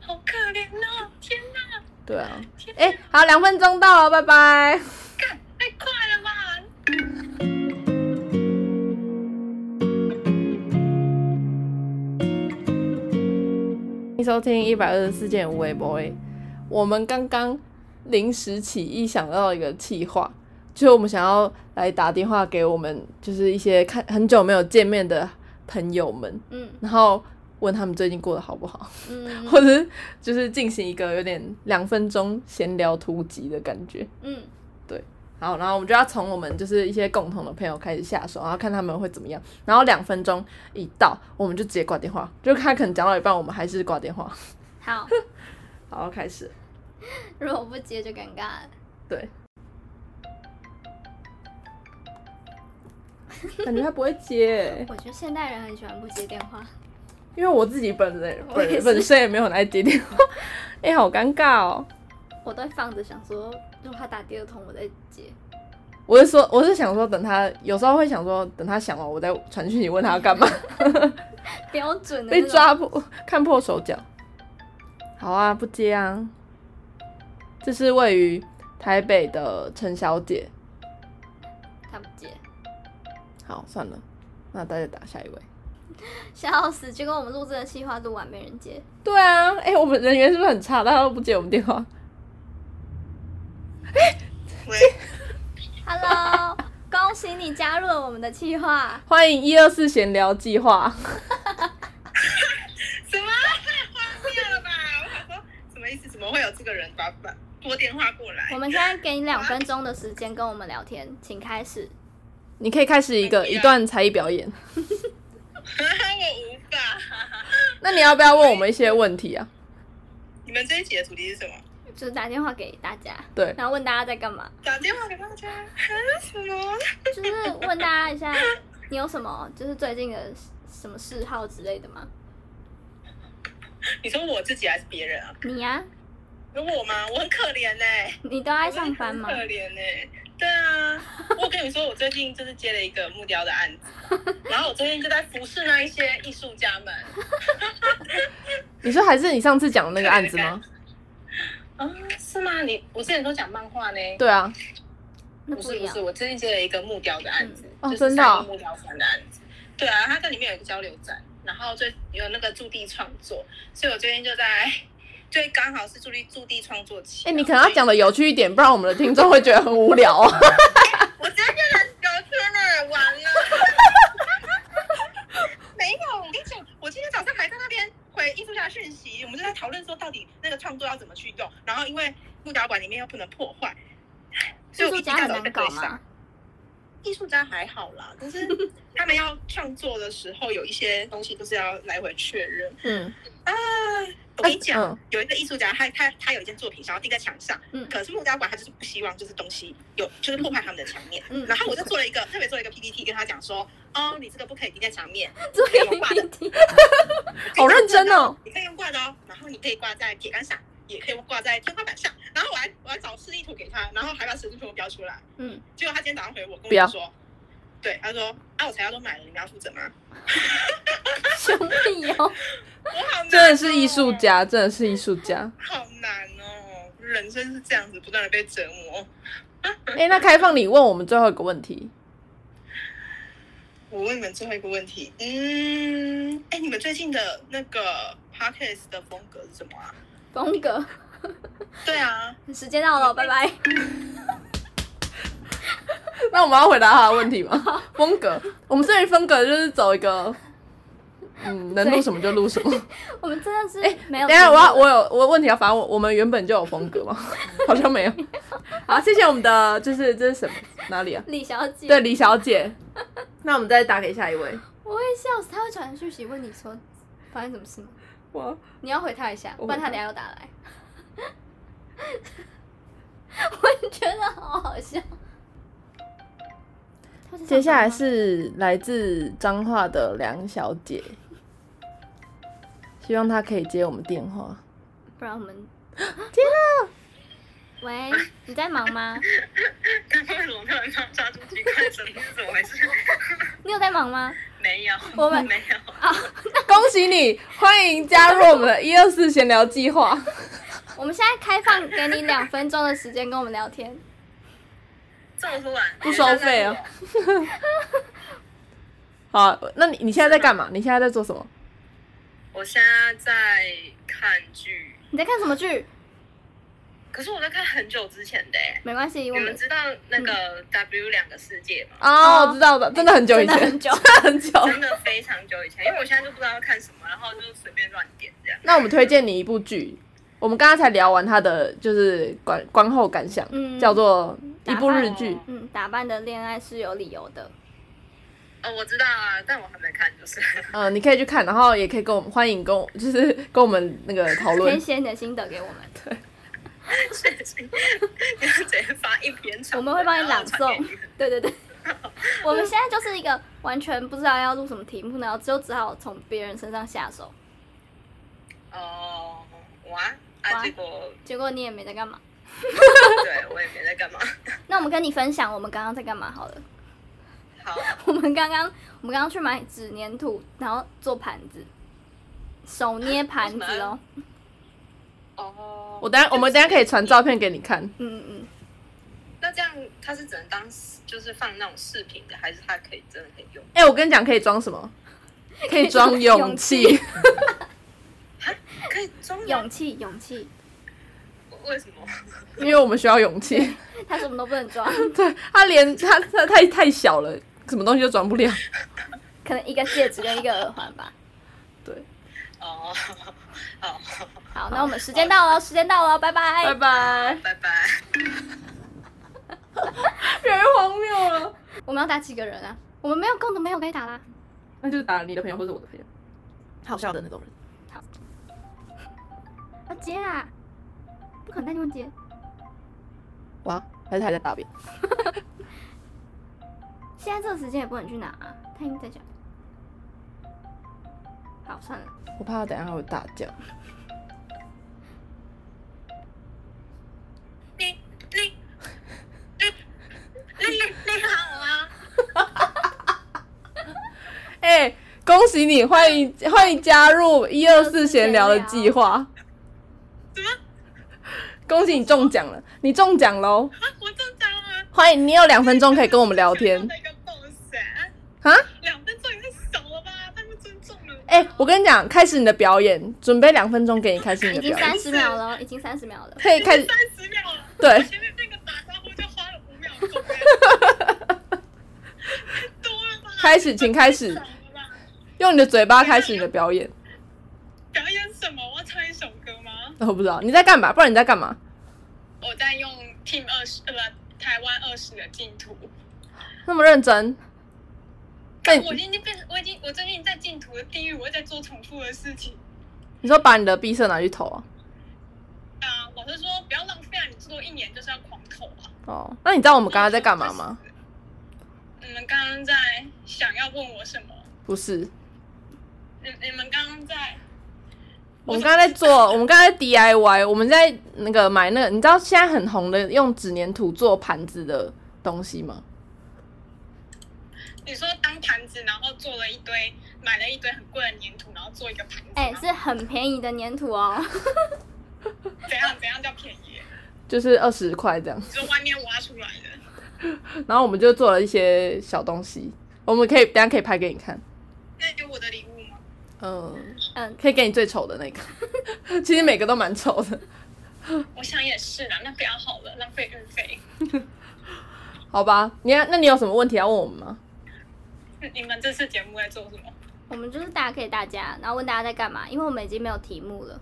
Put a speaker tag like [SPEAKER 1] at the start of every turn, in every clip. [SPEAKER 1] 好可怜哦！天哪，
[SPEAKER 2] 对啊，
[SPEAKER 1] 天哪
[SPEAKER 2] 哎、好，两分钟到了，拜拜。
[SPEAKER 1] 干太快了吧！
[SPEAKER 2] 欢迎收听一百二十四件无为 boy。我们刚刚临时起意想到一个计划，就是我们想要来打电话给我们就是一些看很久没有见面的朋友们，
[SPEAKER 1] 嗯
[SPEAKER 2] 然后问他们最近过得好不好，
[SPEAKER 1] 嗯
[SPEAKER 2] 或者是就是进行一个有点两分钟闲聊突击的感觉。
[SPEAKER 1] 嗯，
[SPEAKER 2] 好，然后我们就要从我们就是一些共同的朋友开始下手，然后看他们会怎么样。然后两分钟一到，我们就直接挂电话，就他可能讲到一半，我们还是挂电话。
[SPEAKER 1] 好，
[SPEAKER 2] 好，开始。
[SPEAKER 1] 如果不接就尴尬了。
[SPEAKER 2] 对，感觉他不会接，
[SPEAKER 1] 我觉得现代人很喜欢不接电话，
[SPEAKER 2] 因为我自己本人
[SPEAKER 1] 我也
[SPEAKER 2] 本
[SPEAKER 1] 是
[SPEAKER 2] 本身也没有很爱接电话，哎、好尴尬哦。
[SPEAKER 1] 我都会放着想说，如果他打第二通我再接。
[SPEAKER 2] 我是说，我是想说，等他有时候会想说，等他想完，我再传讯你问他要干嘛，
[SPEAKER 1] 标准的那
[SPEAKER 2] 被
[SPEAKER 1] 种
[SPEAKER 2] 抓破 看破手脚。好啊，不接啊。这是位于台北的陈小姐。
[SPEAKER 1] 他不接，
[SPEAKER 2] 好，算了，那大家打下一位。
[SPEAKER 1] 笑死！结果我们录这个计划录完没人接，
[SPEAKER 2] 对啊，哎、我们人缘是不是很差？大家都不接我们电话。
[SPEAKER 3] 喂，
[SPEAKER 1] Hello，恭喜你加入了我们的计划。
[SPEAKER 2] 欢迎一二四闲聊计划。
[SPEAKER 3] 什么太荒谬了吧！我想说什么意思？怎么会有这个人把把拨电话过来
[SPEAKER 1] 我？们现在给你两分钟的时间跟我们聊天，请开始。
[SPEAKER 2] 你可以开始一个
[SPEAKER 3] 可以啊
[SPEAKER 2] 一段才艺表演。
[SPEAKER 3] 我无法。
[SPEAKER 2] 那你要不要问我们一些问题啊？
[SPEAKER 3] 你们这一集的主题是什么？
[SPEAKER 1] 就是打电话给大家，
[SPEAKER 2] 对，
[SPEAKER 1] 然后问大家在干嘛，
[SPEAKER 3] 打电话给大家？啊什么？
[SPEAKER 1] 就是问大家一下，你有什么就是最近的什么嗜好之类的吗？
[SPEAKER 3] 你说我自己还是别人啊？
[SPEAKER 1] 你呀、
[SPEAKER 3] 如果我吗？我很可怜呢、
[SPEAKER 1] 你都爱上班吗
[SPEAKER 3] 我？很可怜呢、对啊，我跟你说，我最近就是接了一个木雕的案子， 然后我最近就在服侍那一些艺术家们。
[SPEAKER 2] 你说还是你上次讲的那个案子吗？
[SPEAKER 3] 啊，是吗？你我之前都讲漫画呢。
[SPEAKER 2] 对啊，
[SPEAKER 1] 那
[SPEAKER 3] 不
[SPEAKER 1] 不
[SPEAKER 3] 是
[SPEAKER 1] 一
[SPEAKER 3] 不
[SPEAKER 1] 样
[SPEAKER 3] 是，，我最近接了一个木雕的案子，
[SPEAKER 2] 嗯哦
[SPEAKER 3] 就是
[SPEAKER 2] 真的哦
[SPEAKER 3] 三义木雕馆的案子。对啊，它在里面有一个交流展，然后最有那个驻地创作，所以我最近就在，最刚好是驻地驻地创作期。啊
[SPEAKER 2] 哎、你可能要讲的有趣一点，不然我们的听众会觉得很无聊啊。
[SPEAKER 3] 我今天跟人聊天呢，完了。 没有，我跟你讲，我今天早上还在那边回艺术家讯息，我们就在讨论说到底那个创作要怎么去用，然后因为木雕馆里面又不能破坏，所
[SPEAKER 1] 艺
[SPEAKER 3] 以我
[SPEAKER 1] 术
[SPEAKER 3] 一
[SPEAKER 1] 家
[SPEAKER 3] 大
[SPEAKER 1] 很
[SPEAKER 3] 早就
[SPEAKER 1] 难
[SPEAKER 3] 对
[SPEAKER 1] 搞
[SPEAKER 3] 上
[SPEAKER 1] 吗？。
[SPEAKER 3] 艺术家还好啦，但是他们要创作的时候，有一些东西都是要来回确认
[SPEAKER 2] 嗯，
[SPEAKER 3] 啊。我跟你讲，
[SPEAKER 2] 嗯
[SPEAKER 3] 有一个艺术家，他他他有一件作品想要钉在墙上，
[SPEAKER 1] 嗯
[SPEAKER 3] 可是木雕馆他就是不希望就是东西有就是破坏他们的墙面，
[SPEAKER 1] 嗯
[SPEAKER 3] 然后我就做了一个特别做了一个 PPT 跟他讲说，哦，你这个不可以钉在墙面，
[SPEAKER 1] 做
[SPEAKER 3] 可以用
[SPEAKER 1] 个
[SPEAKER 3] 挂的，
[SPEAKER 1] PPT，
[SPEAKER 2] 好认真哦。
[SPEAKER 3] 你可以用挂的哦，然后你可以挂在铁杆上，也可以挂在天花板上，然后我还我还找示意图给他，然后还把尺寸全部标出来。
[SPEAKER 1] 嗯，
[SPEAKER 3] 结果他今天早上回我跟
[SPEAKER 2] 不要
[SPEAKER 3] 我说，对，他说啊，我材料都买了，你们要负责吗？
[SPEAKER 1] 兄弟哦，
[SPEAKER 3] 我好难、哦，
[SPEAKER 2] 真的是艺术，家，真的是艺术家。
[SPEAKER 3] 好难哦，人生是这样子，不断的被折磨。
[SPEAKER 2] 哎、那开放你问我们最后一个问题，
[SPEAKER 3] 我问你们最后一个问题，嗯，哎，你们最近的那个 podcast 的风格是什么啊？
[SPEAKER 1] 风格，
[SPEAKER 3] 对啊，
[SPEAKER 1] 时间到了，拜拜。
[SPEAKER 2] 那我们要回答他的问题 吗？风格，我们这里风格就是走一个，嗯，能录什么就录 什么。
[SPEAKER 1] 我们真的是没有
[SPEAKER 2] 等一下，
[SPEAKER 1] 听
[SPEAKER 2] 我要
[SPEAKER 1] 过
[SPEAKER 2] 哎我有我问题要反正我我们原本就有风格吗？好像 没有。好，谢谢我们的，就是这是什么哪里啊？
[SPEAKER 1] 李小姐，
[SPEAKER 2] 对，李小姐。那我们再打给下一位。
[SPEAKER 1] 我会笑死，他会传讯息问你说发生什么事吗？
[SPEAKER 2] 哇，
[SPEAKER 1] 你要回他一下，
[SPEAKER 2] 我
[SPEAKER 1] 不
[SPEAKER 2] 回
[SPEAKER 1] 然他
[SPEAKER 2] 他
[SPEAKER 1] 等下又打来。 我觉得好好笑。他是想
[SPEAKER 2] 接下来
[SPEAKER 1] 干嘛
[SPEAKER 2] 是来自彰化的梁小姐，希望她可以接我们电话。
[SPEAKER 1] 不然我 们天 啊！喂，你在忙吗？
[SPEAKER 3] 刚刚为什么突然抓抓住鸡块声？是怎么回事？
[SPEAKER 1] 你有在忙吗？
[SPEAKER 3] 没有，
[SPEAKER 1] 我们
[SPEAKER 3] 没有。
[SPEAKER 2] 恭喜你，欢迎加入我们的一二四闲聊计划。
[SPEAKER 1] 我们现在开放给你两分钟的时间跟我们聊天，
[SPEAKER 3] 这么突然，
[SPEAKER 2] 不收费哦 好，那你你现在在干嘛？你现在在做什么？
[SPEAKER 3] 我现在在看剧，
[SPEAKER 1] 你在看什么剧？
[SPEAKER 3] 可是我在看很久之前的欸
[SPEAKER 1] 没关系，我
[SPEAKER 3] 你们
[SPEAKER 1] 们
[SPEAKER 3] 知道那
[SPEAKER 2] 嗯
[SPEAKER 3] 个 W 两个世界吗？
[SPEAKER 2] 哦，
[SPEAKER 1] 哦
[SPEAKER 2] 我知道的，真的很久以
[SPEAKER 1] 真的
[SPEAKER 2] 前，
[SPEAKER 1] 很久
[SPEAKER 2] 很久。
[SPEAKER 3] 真的非常久以前，因为我现在就不知道要看什么，然后就随便乱点这样。
[SPEAKER 2] 那我们推荐你一部剧，我们刚刚才聊完它的就是观观后感想，
[SPEAKER 1] 嗯
[SPEAKER 2] 叫做一部日剧。
[SPEAKER 1] 嗯，打扮的恋爱是有理由的。
[SPEAKER 3] 哦，我知道啊，但我还没看，就是
[SPEAKER 2] 嗯、你可以去看，然后也可以跟我们欢迎跟我就是跟我们那个讨
[SPEAKER 1] 可以
[SPEAKER 2] 论。
[SPEAKER 1] 写你的心得给我们，
[SPEAKER 3] 最近你要直接发一篇长文，
[SPEAKER 1] 我们会帮你朗
[SPEAKER 3] 然后传给
[SPEAKER 1] 诵。对对对， 我们现在就是一个完全不知道要录什么题目，然后就只好从别人身上下手。
[SPEAKER 3] 哦，哇啊！
[SPEAKER 1] 哇
[SPEAKER 3] 结 果
[SPEAKER 1] 结果你也没在干嘛。
[SPEAKER 3] 对我也没在干嘛。
[SPEAKER 1] 那我们跟你分享我们刚刚在干嘛好了。
[SPEAKER 3] 好，
[SPEAKER 1] 我们刚刚我们刚刚去买纸粘土，然后做盘子，手捏盘子哦。
[SPEAKER 3] 哦，
[SPEAKER 2] 我等下我们等下可以传照片给你 看，
[SPEAKER 1] 嗯嗯，
[SPEAKER 3] 那这样它是只能当就是放那种饰品的，还是它可以真的可以用？
[SPEAKER 2] 哎、我跟你讲，可以装什么？ 可以装 勇气，
[SPEAKER 3] 可以装吗
[SPEAKER 1] 勇气勇气，
[SPEAKER 3] 为什么？
[SPEAKER 2] 因为我们需要勇气。
[SPEAKER 1] 他什么都不能装，
[SPEAKER 2] 对，它连它它太太小了，什么东西都装不了。
[SPEAKER 1] 可能一个戒指跟一个耳环吧。
[SPEAKER 2] 对，
[SPEAKER 3] 哦，好，
[SPEAKER 1] 好，那我们时间到了，时间到了，拜拜。
[SPEAKER 2] 拜拜，
[SPEAKER 3] 拜拜。
[SPEAKER 2] 太荒谬了。
[SPEAKER 1] 我们要打几个人啊？我们没有共同朋友可以打啦。
[SPEAKER 2] 那就是打你的朋友或者我的朋友，好笑的那种人。
[SPEAKER 1] 要接啊！不可能带你们接。
[SPEAKER 2] 哇，还是他还在大便？
[SPEAKER 1] 现在这个时间也不能去拿、啊，他已经在讲。好，算了。
[SPEAKER 2] 我怕他等一下还会大叫。
[SPEAKER 3] 你你你你你好啊！
[SPEAKER 2] 哎、恭喜你，欢迎欢迎加入一二四闲聊的计划。
[SPEAKER 3] 怎么？
[SPEAKER 2] 恭喜你中奖了，你中奖喽！
[SPEAKER 3] 啊，我中奖了！
[SPEAKER 2] 欢迎你有两分钟可以跟我们聊 天
[SPEAKER 3] 那个 boss，啊
[SPEAKER 1] 哎
[SPEAKER 2] 啊！
[SPEAKER 3] 两分钟也太少了吧？太不尊重了。
[SPEAKER 2] 哎、我跟你讲，开始你的表演，准备两分钟给你开始你
[SPEAKER 1] 已
[SPEAKER 2] 的
[SPEAKER 1] 经
[SPEAKER 2] 哎表
[SPEAKER 1] 三
[SPEAKER 2] 演，
[SPEAKER 1] 十秒了哦，已经三十秒了。
[SPEAKER 2] 可以开始。
[SPEAKER 3] 三十秒了，
[SPEAKER 2] 对
[SPEAKER 3] 我前面那个打招呼就花了五秒钟哎，太多了吧？
[SPEAKER 2] 开始请开始
[SPEAKER 3] 太少了吧
[SPEAKER 2] 用你的嘴巴开始你的表演。
[SPEAKER 3] 表演什么？我要唱一首歌吗？
[SPEAKER 2] 我不知道你在干嘛，不然你在干嘛？
[SPEAKER 3] 我在用 Team 二十，呃，不，台湾二十的净土。
[SPEAKER 2] 那么认真？那
[SPEAKER 3] 我
[SPEAKER 2] 你
[SPEAKER 3] 已经变成，我已经，我最近在净土的地狱，我在做重复的事情。
[SPEAKER 2] 你说把你的闭塞拿去投啊？
[SPEAKER 3] 啊，老师说不要浪费啊，你做一年就是要狂投啊。
[SPEAKER 2] 哦，那你知道我们刚刚在干嘛吗？？
[SPEAKER 3] 你们刚刚在想要问我什么？
[SPEAKER 2] 不是，
[SPEAKER 3] 你你们刚刚在
[SPEAKER 2] 我们刚刚在做，我们刚刚在 DIY，我们在那个买那个，你知道现在很红的用纸粘土做盘子的东西吗？
[SPEAKER 3] 你说当盘子，然后做了一堆，买了一堆很贵的粘土，然后做一个盘子吗。
[SPEAKER 1] 哎、是很便宜的粘土哦。
[SPEAKER 3] 怎样怎样叫便宜？
[SPEAKER 2] 就是二十块这样，
[SPEAKER 3] 你说外面挖出来的？
[SPEAKER 2] 然后我们就做了一些小东西，我们可以等一下可以拍给你看，
[SPEAKER 3] 那有我的礼物吗？
[SPEAKER 2] 嗯
[SPEAKER 1] 嗯，
[SPEAKER 2] 可以给你最丑的那个， 其实每个都蛮丑的，
[SPEAKER 3] 我想也是啊啦，那不要好了，浪费运费。
[SPEAKER 2] 好吧？你那你有什么问题要问我们吗？
[SPEAKER 3] 你们这次节目在做什么？
[SPEAKER 1] 我们就是打给大家，然后问大家在干嘛，因为我们已经没有题目了。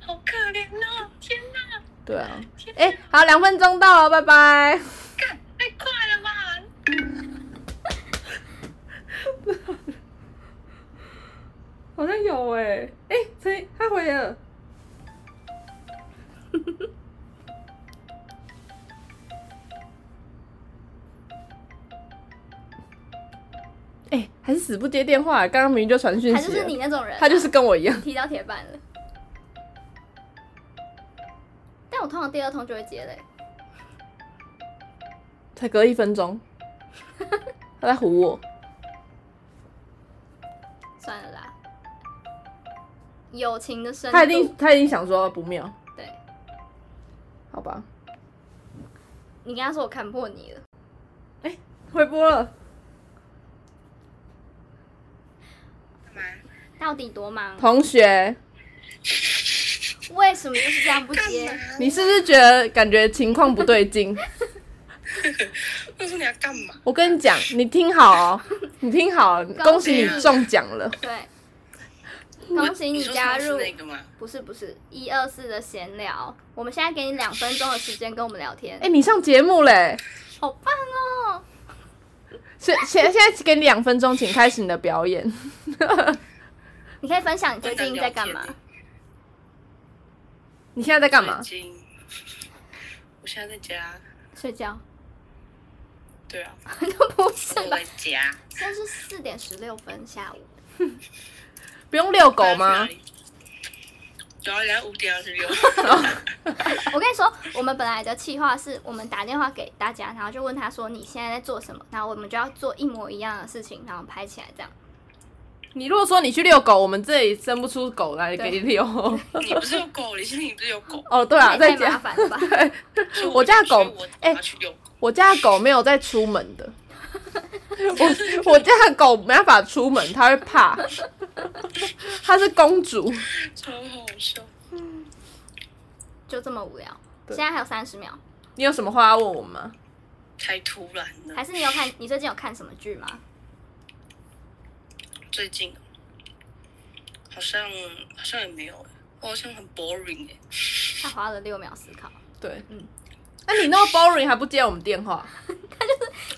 [SPEAKER 3] 好可怜哦！天哪，
[SPEAKER 2] 对啊，哎、好，两分钟到了，拜拜。
[SPEAKER 3] 干太快了吧！
[SPEAKER 2] 好像有哎、哎、陈他回了。 哎、还是死不接电话、刚刚明明就传讯息了
[SPEAKER 1] 他就是你那种人啊、
[SPEAKER 2] 他就是跟我一样。
[SPEAKER 1] 踢到铁板了。但我通常第二通就会接嘞、
[SPEAKER 2] 才隔一分钟，他在唬我。
[SPEAKER 1] 友情的深
[SPEAKER 2] 他一定
[SPEAKER 1] 度。
[SPEAKER 2] 他一定想说不妙，
[SPEAKER 1] 对，
[SPEAKER 2] 好吧，
[SPEAKER 1] 你跟他说我看破你了，
[SPEAKER 2] 回播了，
[SPEAKER 3] 干嘛？
[SPEAKER 1] 到底多忙？
[SPEAKER 2] 同学，
[SPEAKER 1] 为什么就是这样不接
[SPEAKER 3] 干？嘛？
[SPEAKER 2] 你是不是觉得感觉情况不对劲？
[SPEAKER 3] 我说你要干嘛？
[SPEAKER 2] 我跟你讲，你听好哦， 你听好，恭喜
[SPEAKER 3] 喜
[SPEAKER 2] 你
[SPEAKER 3] 你
[SPEAKER 2] 中奖了。
[SPEAKER 1] 对，恭喜
[SPEAKER 3] 你
[SPEAKER 1] 你
[SPEAKER 3] 说
[SPEAKER 1] 加
[SPEAKER 3] 是
[SPEAKER 1] 入。
[SPEAKER 3] 那个吗？
[SPEAKER 1] 不是不是，一二四的闲聊，我们现在给你两分钟的时间跟我们聊天
[SPEAKER 2] 哎、，你上节目嘞！
[SPEAKER 1] 好棒哦！
[SPEAKER 2] 现现现在给你两分钟，请开始你的表演。
[SPEAKER 1] 你可以分享你最
[SPEAKER 3] 不能
[SPEAKER 1] 近在干
[SPEAKER 3] 聊
[SPEAKER 1] 嘛
[SPEAKER 3] 天？
[SPEAKER 2] 你现在在干嘛
[SPEAKER 3] 最？近？我现在在家。
[SPEAKER 1] 睡觉？
[SPEAKER 3] 对啊，
[SPEAKER 1] 就不是
[SPEAKER 3] 我
[SPEAKER 1] 吧
[SPEAKER 3] 在？家。
[SPEAKER 1] 现在是四点十六分，下午。
[SPEAKER 2] 不用遛狗吗？？
[SPEAKER 3] 然后人啊家五点二十 六，
[SPEAKER 1] 我跟你说，我们本来的计划是我们打电话给大家，然后就问他说你现在在做什么，然后我们就要做一模一样的事情，然后拍起来这样。
[SPEAKER 2] 你如果说你去遛狗，我们这里生不出狗来给你遛。
[SPEAKER 3] 你不是有狗？你现在你不是有狗？
[SPEAKER 2] 哦，对啊，
[SPEAKER 1] 太麻
[SPEAKER 2] 在家，
[SPEAKER 1] 烦了吧？
[SPEAKER 3] 所以
[SPEAKER 2] 我家的狗
[SPEAKER 3] 所以我
[SPEAKER 2] 哎
[SPEAKER 3] 我要去遛狗。
[SPEAKER 2] 我家的狗没有在出门的。我我家的狗没办法出门，它会怕。它是公主，
[SPEAKER 3] 超好笑。
[SPEAKER 1] 就这么无聊。
[SPEAKER 2] 对
[SPEAKER 1] 现在还有三十秒，
[SPEAKER 2] 你有什么话要问我们吗？
[SPEAKER 3] 太突然了
[SPEAKER 1] 还。是你有看？你最近有看什么剧吗？
[SPEAKER 3] 最近好像好像也没有欸，我好像很 boring 哎、
[SPEAKER 1] 他花了六秒思考，
[SPEAKER 2] 对，嗯
[SPEAKER 1] 嗯，
[SPEAKER 2] 那、你那么 boring 还不接我们电话？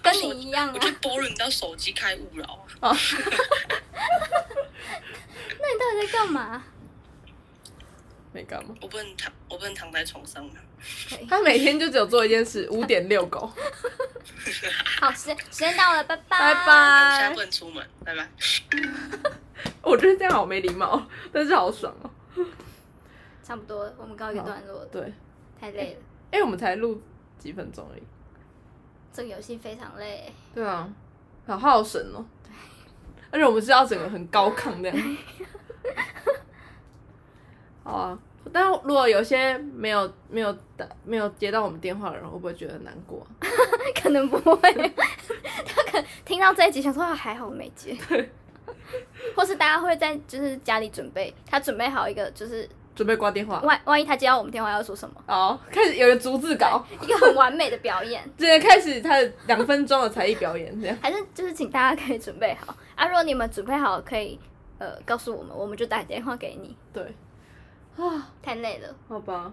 [SPEAKER 1] 跟你一样
[SPEAKER 3] 我就
[SPEAKER 1] 啊。
[SPEAKER 3] boring 到手机开勿扰啊，
[SPEAKER 2] 哦
[SPEAKER 1] 那你到底在干嘛？
[SPEAKER 2] 没干嘛？
[SPEAKER 3] 我不能躺，我不能躺在床上啊。
[SPEAKER 1] 可以，
[SPEAKER 2] 他每天就只有做一件 事，五点遛狗。
[SPEAKER 1] 好，时间时间到了，拜拜，
[SPEAKER 2] 拜
[SPEAKER 3] 我现在
[SPEAKER 2] 拜
[SPEAKER 3] 不。能出门，拜拜。
[SPEAKER 2] 我觉得这样好没礼貌， 但是好爽哦。
[SPEAKER 1] 差不多了，我们告一个段落了，
[SPEAKER 2] 对，
[SPEAKER 1] 太累了，
[SPEAKER 2] 哎、我们才录几分钟而已。
[SPEAKER 1] 这个游戏非常累。
[SPEAKER 2] 对啊，好耗神哦。而且我们是要整个很高亢这 样。好啊，但如果有些没有没有打没有接到我们电话的人，会不会觉得很难过啊、
[SPEAKER 1] 可能不会， 他可能听到这一集想说啊还好我没 接，或是大家会在就是家里准备，他准备好一个就是
[SPEAKER 2] 准备挂电话。
[SPEAKER 1] 万万一他接到我们电话要说 什么，
[SPEAKER 2] 好，开始有个逐字稿，
[SPEAKER 1] 一个很完美的表演，
[SPEAKER 2] 直接开始他的两分钟的才艺表演，这样
[SPEAKER 1] 还是就是请大家可以准备好啊，如果你们准备好可以呃告诉我们，我们就打电话给你，
[SPEAKER 2] 对啊，
[SPEAKER 1] 太累了，
[SPEAKER 2] 好吧，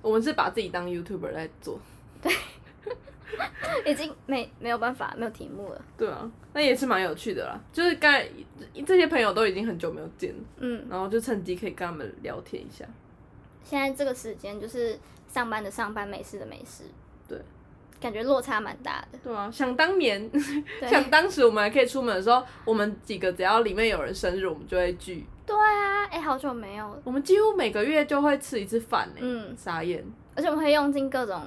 [SPEAKER 2] 我们是把自己当 YouTuber 在做，
[SPEAKER 1] 已经没没有办法没有题目了，
[SPEAKER 2] 对啊，那也是蛮有趣的啦。就是刚才这些朋友都已经很久没有见了，
[SPEAKER 1] 嗯，
[SPEAKER 2] 然后就趁机可以跟他们聊天一下。
[SPEAKER 1] 现在这个时间就是上班的上班，没事的没事，
[SPEAKER 2] 对，
[SPEAKER 1] 感觉落差蛮大的，
[SPEAKER 2] 对啊，想当年，
[SPEAKER 1] 对
[SPEAKER 2] 想当时我们还可以出门的时候，我们几个只要里面有人生日，我们就会聚，
[SPEAKER 1] 对啊，哎、好久没有了。
[SPEAKER 2] 我们几乎每个月就会吃一次饭呢、
[SPEAKER 1] 嗯
[SPEAKER 2] 傻眼，
[SPEAKER 1] 而且我们会用尽各种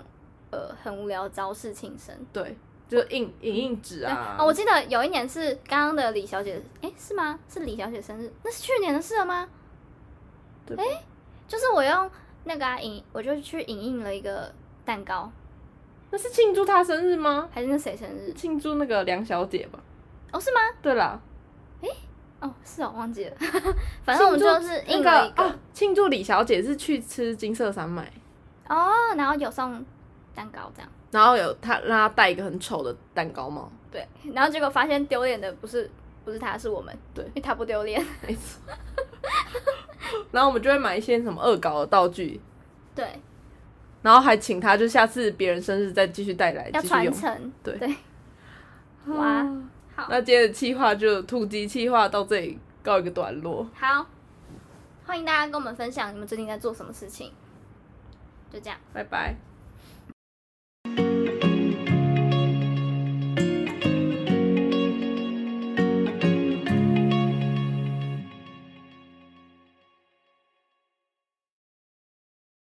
[SPEAKER 1] 呃很无聊的招式庆生。
[SPEAKER 2] 对，就印影印纸啊，
[SPEAKER 1] 啊、我记得有一年是刚刚的李小姐，诶，是吗？是李小姐生日，那是去年的事了吗？
[SPEAKER 2] 对吧
[SPEAKER 1] 就是我用那个啊影，我就去影印了一个蛋糕，
[SPEAKER 2] 那是庆祝她生日吗？
[SPEAKER 1] 还是那谁生日？
[SPEAKER 2] 庆祝那个梁小姐吧。
[SPEAKER 1] 哦，是吗？
[SPEAKER 2] 对啦，
[SPEAKER 1] 哦，是哦，忘记了。 反正我们就是
[SPEAKER 2] 那
[SPEAKER 1] 印了
[SPEAKER 2] 个
[SPEAKER 1] 一个
[SPEAKER 2] 啊，庆祝李小姐是去吃金色山脉，
[SPEAKER 1] 哦，然后有送蛋糕这样。
[SPEAKER 2] 然后有她让她戴一个很丑的蛋糕帽，
[SPEAKER 1] 对，然后结果发现丢脸的不是不是他，是我们。
[SPEAKER 2] 对
[SPEAKER 1] 因为他不丢脸。
[SPEAKER 2] 没错。然后我们就会买一些什么恶搞的道具，
[SPEAKER 1] 对，
[SPEAKER 2] 然后还请她就下次别人生日再继续带来，
[SPEAKER 1] 要
[SPEAKER 2] 继续
[SPEAKER 1] 传
[SPEAKER 2] 用。
[SPEAKER 1] 承。
[SPEAKER 2] 对
[SPEAKER 1] 对，哇
[SPEAKER 2] 哇，
[SPEAKER 1] 好。
[SPEAKER 2] 那今天的企划就突击企划到这里告一个段落，
[SPEAKER 1] 好，欢迎大家跟我们分享你们最近在做什么事情。就这样，
[SPEAKER 2] 拜拜。